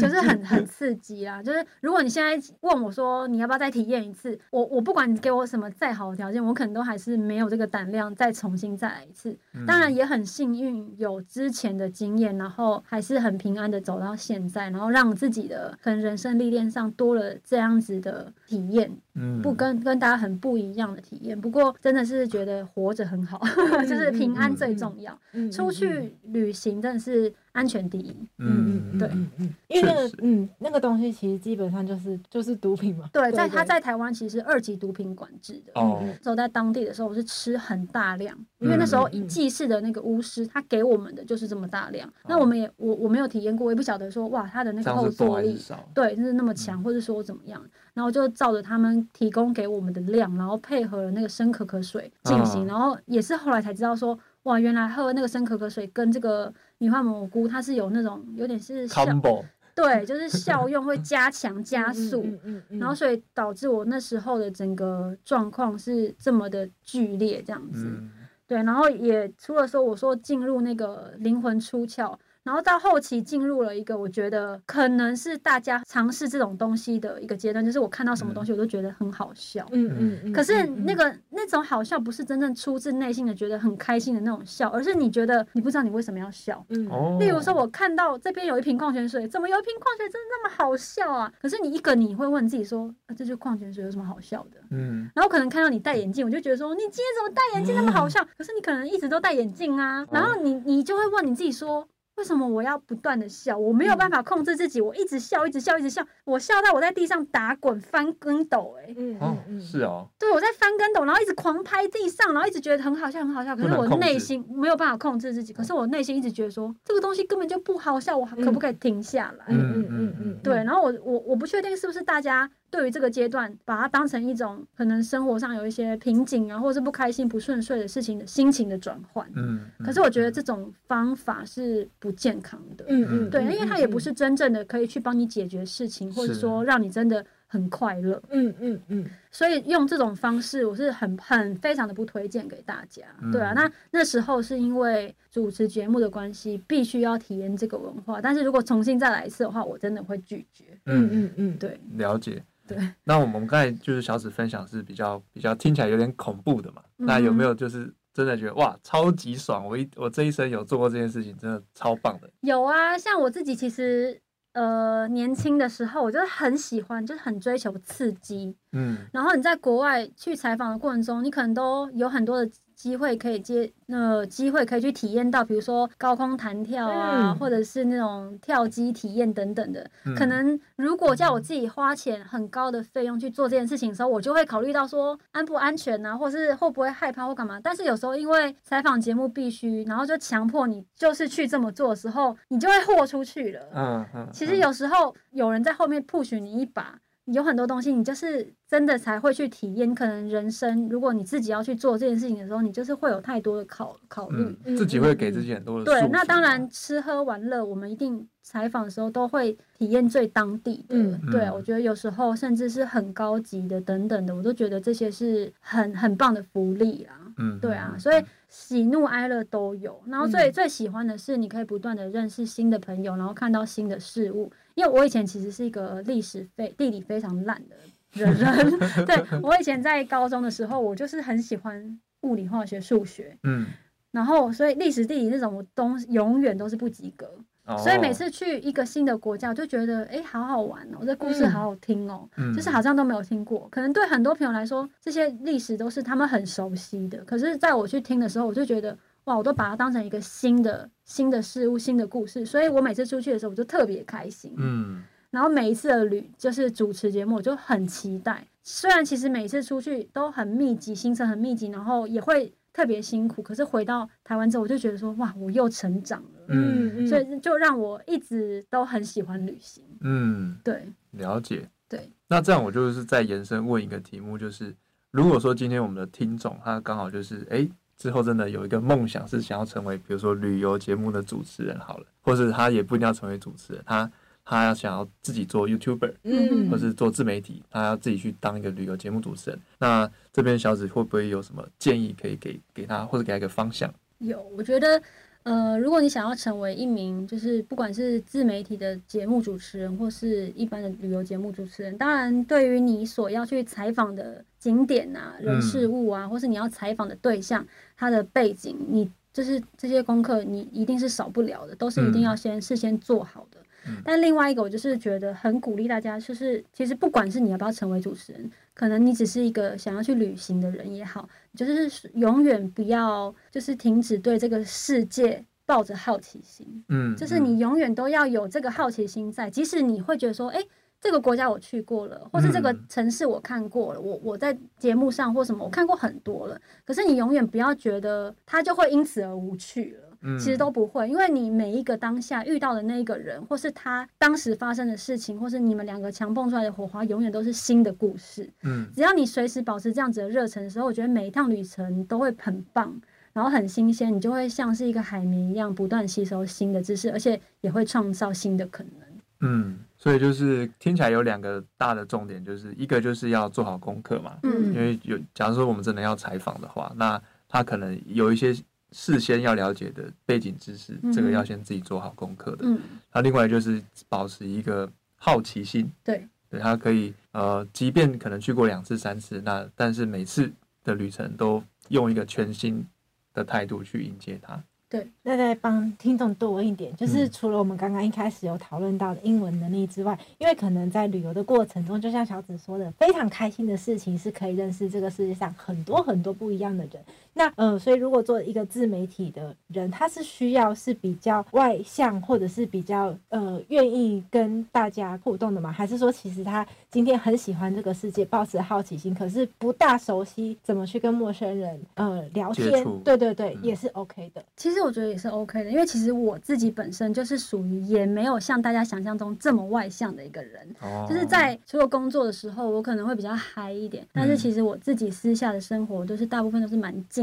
就是
嗯
很很刺激啦。就是如果你现在问我说你要不要再体验一次，我我不管你给我什么再好的条件，我可能都还是没有这个胆量再重新再来一次。
嗯
当然也很幸运有之前的经验，然后还是很平安的走到现在，然后让自己的可能人生历练上多了这样子的体验，
嗯
不跟跟大家很不一样的体验。不过真的是觉得活着很好， 就是
嗯
平安最重要。出去旅行真的是安全第一。
嗯，嗯嗯嗯嗯嗯嗯
嗯
对，嗯嗯因为那个嗯那个东西其实基本上就是就是毒品嘛，
对，在他在台湾其实是二级毒品管制的。
哦，
走在当地的时候，我是吃很大量，因为那时候一祭祀的那个巫师，他给我们的就是这么大量。那我们也我我没有体验过，我也不晓得说哇，他的那
这
个
样
后
是多
坐
还是
力，
少？
对，就是那么强，或者说怎么样，然后就照着他们提供给我们的量，然后配合了那个生可可水进行，
嗯
然后也是后来才知道说，哇，原来喝那个生可可水跟这个米花蘑菇，它是有那种有点是效，
combo
对，就是效用会加强加速，
嗯嗯嗯
然后所以导致我那时候的整个状况是这么的剧烈这样子，
嗯，
对，然后也除了说我说进入那个灵魂出窍，然后到后期进入了一个我觉得可能是大家尝试这种东西的一个阶段，就是我看到什么东西我都觉得很好笑。
嗯嗯嗯，
可是
嗯
那个那种好笑不是真正出自内心的觉得很开心的那种笑，而是你觉得你不知道你为什么要笑。
嗯
哦，
例如说，我看到这边有一瓶矿泉水，怎么有一瓶矿泉水那么好笑啊？可是你一个你会问自己说，啊、这就是矿泉水有什么好笑的？
嗯，
然后可能看到你戴眼镜，我就觉得说你今天怎么戴眼镜那么好笑？可是你可能一直都戴眼镜啊，然后你你就会问你自己说。为什么我要不断的笑？我没有办法控制自己，我一直笑，一直笑，一直笑，我笑到我在地上打滚、翻跟斗、欸，
嗯
哦
嗯，嗯
是哦，
对我在翻跟斗，然后一直狂拍地上，然后一直觉得很好笑，很好笑。
不
可是
能
我
控制
内心没有办法控制自己，可是我内心一直觉得说这个东西根本就不好笑，我可不可以停下来？
嗯嗯嗯嗯，
对，然后我我我不确定是不是大家对于这个阶段把它当成一种可能生活上有一些瓶颈啊，或者是不开心、不顺遂的事情的心情的转换。
嗯，嗯
可是我觉得这种方法是不健康的，
嗯嗯，
对，因为它也不
是。
是真正的可以去帮你解决事情，或者
是
说让你真的很快乐。
嗯嗯嗯
所以用这种方式，我是很很非常的不推荐给大家，
嗯
对啊。那那时候是因为主持节目的关系，必须要体验这个文化，但是如果重新再来一次的话，我真的会拒绝。
嗯
嗯，
嗯嗯，
对，
了解。
对，
那我们刚才就是小紫分享是比较比较听起来有点恐怖的嘛，
嗯
那有没有就是真的觉得哇超级爽？我一我这一生有做过这件事情，真的超棒的。
有啊，像我自己其实呃年轻的时候，我就是很喜欢，就是很追求刺激。
嗯
然后你在国外去采访的过程中，你可能都有很多的机会可以接，呃，机会可以去体验到，比如说高空弹跳啊，
嗯
或者是那种跳机体验等等的。
嗯
可能如果叫我自己花钱很高的费用去做这件事情的时候，我就会考虑到说安不安全啊，或是会不会害怕或干嘛。但是有时候因为采访节目必须，然后就强迫你就是去这么做的时候，你就会豁出去了。
嗯嗯，
其实有时候有人在后面 push 你一把，有很多东西你就是真的才会去体验。可能人生，如果你自己要去做这件事情的时候，你就是会有太多的考考虑。
嗯自己会给自己很多的
嗯对
束，
那
缚
当
嘛
然，吃喝玩乐，我们一定采访的时候都会体验最当地的。
嗯
对，
嗯
我觉得有时候甚至是很高级的等等的，我都觉得这些是很很棒的福利啦。
嗯
对啊，
嗯
所以喜怒哀乐都有。然后最、
嗯
最喜欢的是，你可以不断的认识新的朋友，然后看到新的事物。因为我以前其实是一个历史非地理非常烂 的人，对我以前在高中的时候，我就是很喜欢物理、化学、数学，
嗯，
然后所以历史、地理那种我东永远都是不及格。
哦
所以每次去一个新的国家，我就觉得哎、诶好好玩哦，这故事
嗯
好好听哦，
嗯
就是好像都没有听过。可能对很多朋友来说，这些历史都是他们很熟悉的，可是在我去听的时候，我就觉得哇，我都把它当成一个新的新的事物、新的故事，所以我每次出去的时候，我就特别开心。
嗯
然后每一次的旅就是主持节目，我就很期待。虽然其实每次出去都很密集，行程很密集，然后也会特别辛苦，可是回到台湾之后，我就觉得说哇，我又成长了。
嗯
所以就让我一直都很喜欢旅行。
嗯，
对，
了解。
对，
那这样我就是再延伸问一个题目，就是如果说今天我们的听众他刚好就是哎。之后真的有一个梦想是想要成为，比如说旅游节目的主持人好了，或是他也不一定要成为主持人，他他要想要自己做 YouTuber，
嗯，
或是做自媒体，他要自己去当一个旅游节目主持人。那这边小紫会不会有什么建议可以给给他，或者给他一个方向？
有，我觉得。呃，如果你想要成为一名就是不管是自媒体的节目主持人，或是一般的旅游节目主持人，当然对于你所要去采访的景点啊、人事物啊，或是你要采访的对象，他的背景，你就是这些功课，你一定是少不了的，都是一定要先事先做好的。
嗯
但另外一个，我就是觉得很鼓励大家，就是其实不管是你要不要成为主持人，可能你只是一个想要去旅行的人也好，就是永远不要就是停止对这个世界抱着好奇心，
嗯，
就是
嗯
你永远都要有这个好奇心在，即使你会觉得说，哎、这个国家我去过了，或是这个
嗯
城市我看过了，我我在节目上或什么我看过很多了，可是你永远不要觉得它就会因此而无趣
嗯
了。其实都不会，因为你每一个当下遇到的那一个人，或是他当时发生的事情，或是你们两个强蹦出来的火花，永远都是新的故事。
嗯
只要你随时保持这样子的热忱的时候，我觉得每一趟旅程都会很棒，然后很新鲜，你就会像是一个海绵一样，不断吸收新的知识，而且也会创造新的可能。
嗯，所以就是听起来有两个大的重点，就是一个就是要做好功课嘛，
嗯
因为有假如说我们真的要采访的话，那他可能有一些事先要了解的背景知识，
嗯
这个要先自己做好功课的。
嗯，
那另外就是保持一个好奇心，
对，
对他可以呃，即便可能去过两次、三次，那但是每次的旅程都用一个全新的态度去迎接它。
那再帮听众多问一点，就是
嗯
除了我们刚刚一开始有讨论到的英文能力之外，因为可能在旅游的过程中，就像小紫说的，非常开心的事情是可以认识这个世界上很多很多不一样的人。那呃，所以如果做一个自媒体的人，他是需要是比较外向，或者是比较呃愿意跟大家互动的吗？还是说其实他今天很喜欢这个世界，抱持好奇心，可是不大熟悉怎么去跟陌生人呃聊
接
天
触？
对对对，
嗯
也是 OK 的。
其实我觉得也是 OK 的，因为其实我自己本身就是属于也没有像大家想象中这么外向的一个人。
哦
就是在除了工作的时候，我可能会比较嗨一点，
嗯
但是其实我自己私下的生活都是大部分都是蛮静的。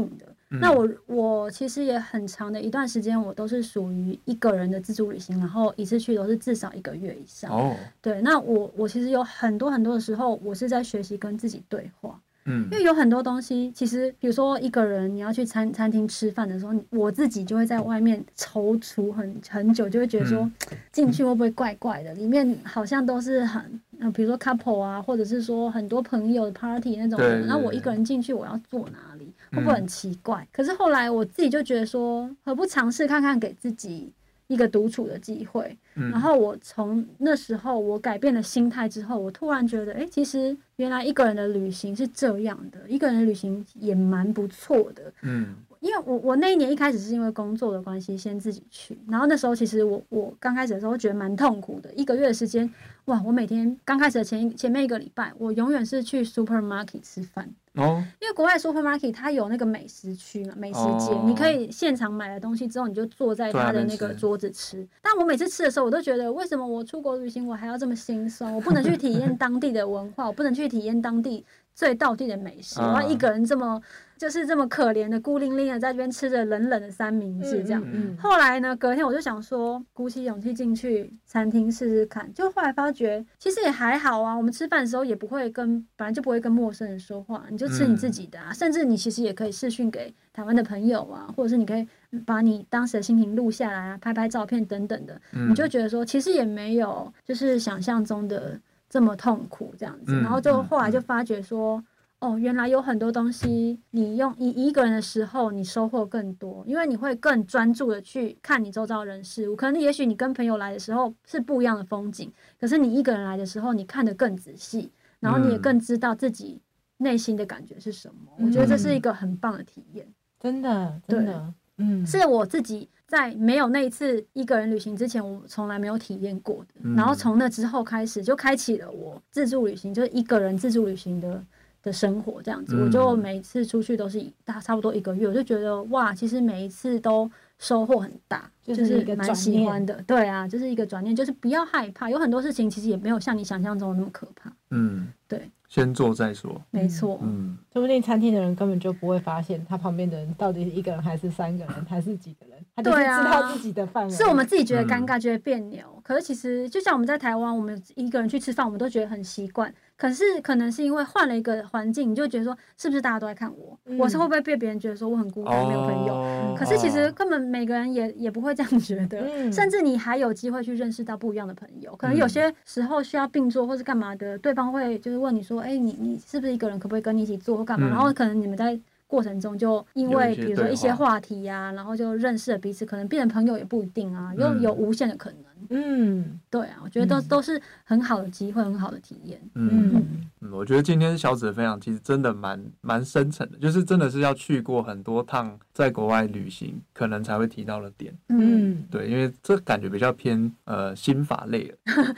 嗯
那我我其实也很长的一段时间，我都是属于一个人的自助旅行，然后一次去都是至少一个月以上。
哦，
对，那我我其实有很多很多的时候，我是在学习跟自己对话，
嗯
因为有很多东西，其实比如说一个人你要去餐餐厅吃饭的时候，你我自己就会在外面踌躇很很久，就会觉得说
嗯
进去会不会怪怪的，里面好像都是很，呃、比如说 couple 啊，或者是说很多朋友的 party 那种
对
的，
对
那我一
对
个人进去我要坐哪里，会
嗯
不会很奇怪？可是后来我自己就觉得说，何不尝试看看，给自己一个独处的机会。
嗯
然后我从那时候我改变了心态之后，我突然觉得，哎，其实原来一个人的旅行是这样的，一个人的旅行也蛮不错的。
嗯
因为我我那一年一开始是因为工作的关系先自己去，然后那时候其实我我刚开始的时候觉得蛮痛苦的，一个月的时间，哇，我每天刚开始的前一前面一个礼拜，我永远是去 supermarket 吃饭，
哦
因为国外 supermarket 它有那个美食区嘛，美食街，
哦
你可以现场买了东西之后，你就坐在
坐在
它的
那
那个
吃
桌子吃。但我每次吃的时候，我都觉得为什么我出国旅行我还要这么心酸？我不能去体验当地的文化，我不能去体验当地最道地的美食，我要一
啊
个人这么就是这么可怜的孤零零的在这边吃着冷冷的三明治这样。
嗯
后来呢，隔天我就想说，鼓起勇气进去餐厅试试看。就后来发觉，其实也还好啊。我们吃饭的时候也不会跟，本来就不会跟陌生人说话，你就吃你自己的啊。甚至你其实也可以视讯给台湾的朋友啊，或者是你可以把你当时的心情录下来啊，拍拍照片等等的。
嗯
你就觉得说，其实也没有就是想象中的这么痛苦这样子。
嗯
然后就
嗯
后来就
嗯
发觉说，哦，原来有很多东西，你用你一个人的时候，你收获更多，因为你会更专注的去看你周遭的人事物。可能也许你跟朋友来的时候是不一样的风景，可是你一个人来的时候，你看得更仔细，然后你也
嗯
更知道自己内心的感觉是什么。我觉得这
嗯
是一个很棒的体验。
真的，真的，嗯，
是我自己在没有那一次一个人旅行之前，我从来没有体验过的。
嗯
然后从那之后开始，就开启了我自助旅行，就是一个人自助旅行的的生活这样子。
嗯
我就每次出去都是一大差不多一个月，我就觉得哇，其实每一次都收获很大，
就
就是是
一个
蛮
转
喜
念
欢的。对啊，就是一个转念，就是不要害怕，有很多事情其实也没有像你想象中的那么可怕。
嗯
对，
先做再说，
没错，
嗯
说不定餐厅的人根本就不会发现他旁边的人到底是一个人还是三个人还是几个人，他就是
对
知
啊
道自己的范围。
是我们自己觉得尴
嗯
尬、觉得别扭，可是其实就像我们在台湾，我们一个人去吃饭，我们都觉得很习惯。可是可能是因为换了一个环境，你就觉得说是不是大家都在看我？
嗯
我是会不会被别人觉得说我很孤单，没有朋友？
哦
可是其实根本每个人也也不会这样觉得，
嗯
甚至你还有机会去认识到不一样的朋友。
嗯
可能有些时候需要并坐或是干嘛的，对方会就是问你说：“哎、你你是不是一个人？可不可以跟你一起坐或干嘛？”
嗯
然后可能你们在过程中就因
有
为
一些
比如说
对
一些
话
话题呀、然后就认识了彼此，可能变成朋友也不一定啊，又
嗯
有无限的可能。
嗯
对啊，我觉得都、
嗯
都是很好的机会，很好的体验。
嗯
嗯
嗯，我觉得今天小紫的分享其实真的蛮蛮深层的，就是真的是要去过很多趟在国外旅行，可能才会提到的点。
嗯，
嗯
对，因为这感觉比较偏呃心法类 的，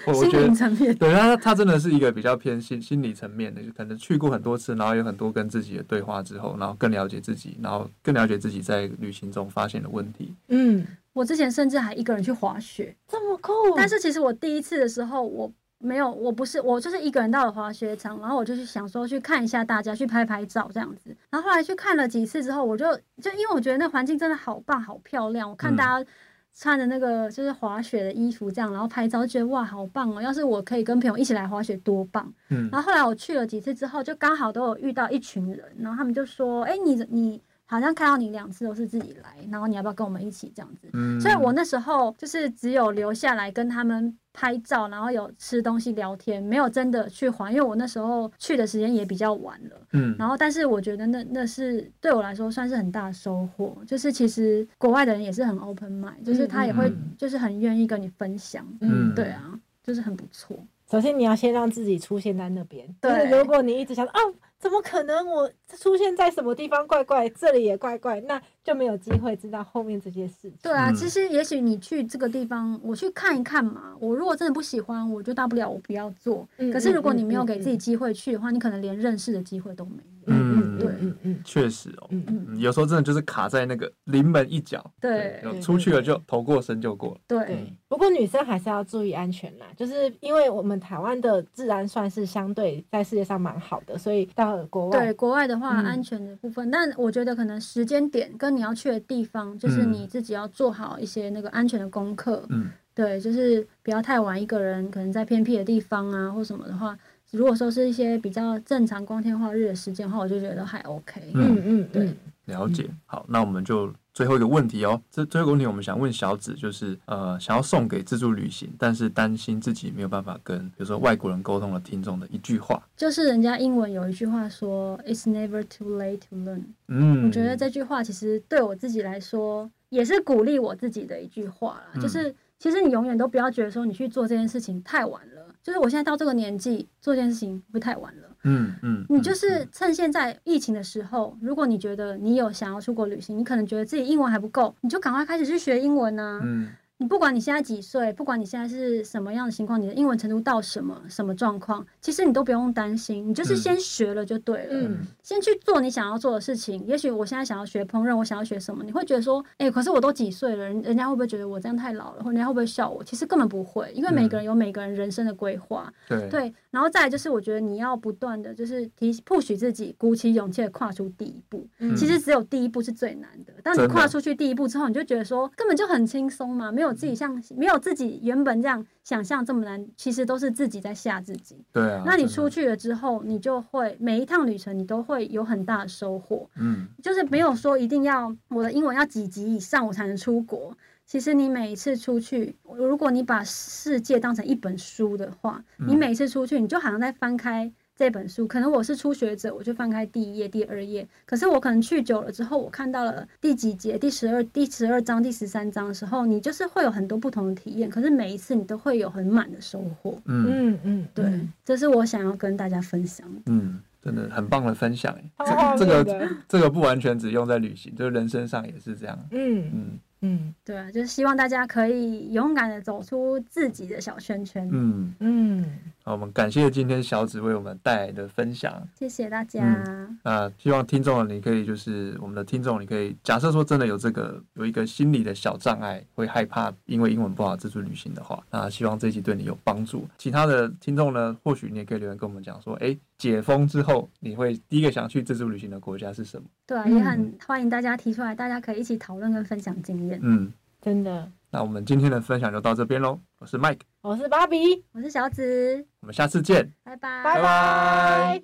我我
心
觉得
灵层面。
对，它它真的是一个比较偏心心理层面的，就可能去过很多次，然后有很多跟自己的对话之后，然后更了解自己，然后更了解自己在旅行中发现的问题。
嗯，
我之前甚至还一个人去滑雪，
这么酷，
但是其实我第一次的时候，我没有，我不是，我就是一个人到了滑雪场，然后我就去想说去看一下大家，去拍拍照这样子。然后后来去看了几次之后，我就就因为我觉得那环境真的好棒，好漂亮，我看
嗯
大家。穿着那个就是滑雪的衣服，这样然后拍照，就觉得哇，好棒哦！要是我可以跟朋友一起来滑雪，多棒！
嗯
然后后来我去了几次之后，就刚好都有遇到一群人，然后他们就说：“哎，你你好像看到你两次都是自己来，然后你要不要跟我们一起这样子？”
嗯，
所以我那时候就是只有留下来跟他们拍照，然后有吃东西聊天，没有真的去还，因为我那时候去的时间也比较晚了。
嗯
然后，但是我觉得那那是对我来说算是很大的收获，就是其实国外的人也是很 open mind，就是他也会
嗯嗯
就是很愿意跟你分享，
嗯
对啊，就是很不错。
首先你要先让自己出现在那边。
对
就是如果你一直想哦，怎么可能我出现在什么地方怪怪，这里也怪怪，那就没有机会知道后面这些事情。
对啊，
嗯
其实也许你去这个地方，我去看一看嘛。我如果真的不喜欢，我就大不了我不要做。
嗯
可是如果你没有
嗯嗯
给自己机会去的话，你可能连认识的机会都没有。
嗯
对
嗯嗯
确实哦。
嗯嗯，
嗯，
嗯，有时候真的就是卡在那个临门一脚，
对
就
对
出去了就头过身就过了。
对
对。不过女生还是要注意安全啦，就是因为我们台湾的治安算是相对在世界上蛮好的，所以到了国
对
外，
国外的话，
嗯
安全的部分，但我觉得可能时间点跟你要去的地方，就是
嗯
你自己要做好一些那个安全的功课。
嗯
对，就是不要太晚一个人，可能在偏僻的地方啊或什么的话，如果说是一些比较正常光天化日的时间的话，我就觉得还 OK。
嗯嗯
对
嗯，
了解。好，那我们就最后一个问题哦。这最后一个问题，我们想问小紫，就是呃，想要送给自助旅行，但是担心自己没有办法跟比如说外国人沟通的听众的一句话。
就是人家英文有一句话说，It's never too late to learn。
嗯，
我觉得这句话其实对我自己来说也是鼓励我自己的一句话啦，
嗯
就是其实你永远都不要觉得说你去做这件事情太晚了，就是我现在到这个年纪做这件事情会不会太晚了？
嗯嗯，
你
嗯
就是趁现在疫情的时候，如果你觉得你有想要出国旅行，你可能觉得自己英文还不够，你就赶快开始去学英文呐、
嗯
你不管你现在几岁，不管你现在是什么样的情况，你的英文程度到什么什么状况，其实你都不用担心，你就是
嗯
先学了就对了。
嗯
先去做你想要做的事情。也许我现在想要学烹饪，我想要学什么，你会觉得说，哎、可是我都几岁了，人人家会不会觉得我这样太老了，或人家会不会笑我？其实根本不会，因为每个人有每个人人生的规划。
嗯对
对，然后再来就是，我觉得你要不断的就是提 push 自己，鼓起勇气的跨出第一步。
嗯
其实只有第一步是最难的。当你
真的
跨出去第一步之后，你就觉得说根本就很轻松嘛，没有自己像没有自己原本这样想象这么难，其实都是自己在吓自己。
对啊。
那你
真的
出去了之后，你就会每一趟旅程你都会有很大的收获，
嗯
就是没有说一定要我的英文要几级以上我才能出国。其实你每一次出去，如果你把世界当成一本书的话，
嗯
你每一次出去，你就好像在翻开这本书。可能我是初学者，我就翻开第一页、第二页。可是我可能去久了之后，我看到了第几节、第十二、第十二章、第十三章的时候，你就是会有很多不同的体验。可是每一次你都会有很满的收获。
嗯
嗯嗯，
对，这是我想要跟大家分享的。
嗯，真的很棒的分享耶。
超
哦
画
这
面
个
的，
这个不完全只用在旅行，就是人生上也是这样。
嗯
嗯
嗯
对啊，就是希望大家可以勇敢的走出自己的小圈圈。
嗯，
嗯，
好，我们感谢今天小紫为我们带来的分享。
谢谢大家。
那希望听众你可以就是我们的听众，你可以假设说真的有这个有一个心理的小障碍，会害怕因为英文不好自助旅行的话，那希望这一集对你有帮助。其他的听众呢，或许你也可以留言跟我们讲说，哎，解封之后你会第一个想去自助旅行的国家是什么？
对啊，
嗯
也很欢迎大家提出来，大家可以一起讨论跟分享经验。
嗯，
真的，
那我们今天的分享就到这边喽，我是 Mike，
我是芭比，
我是小紫，
我们下次见。
拜拜。
拜
拜
拜。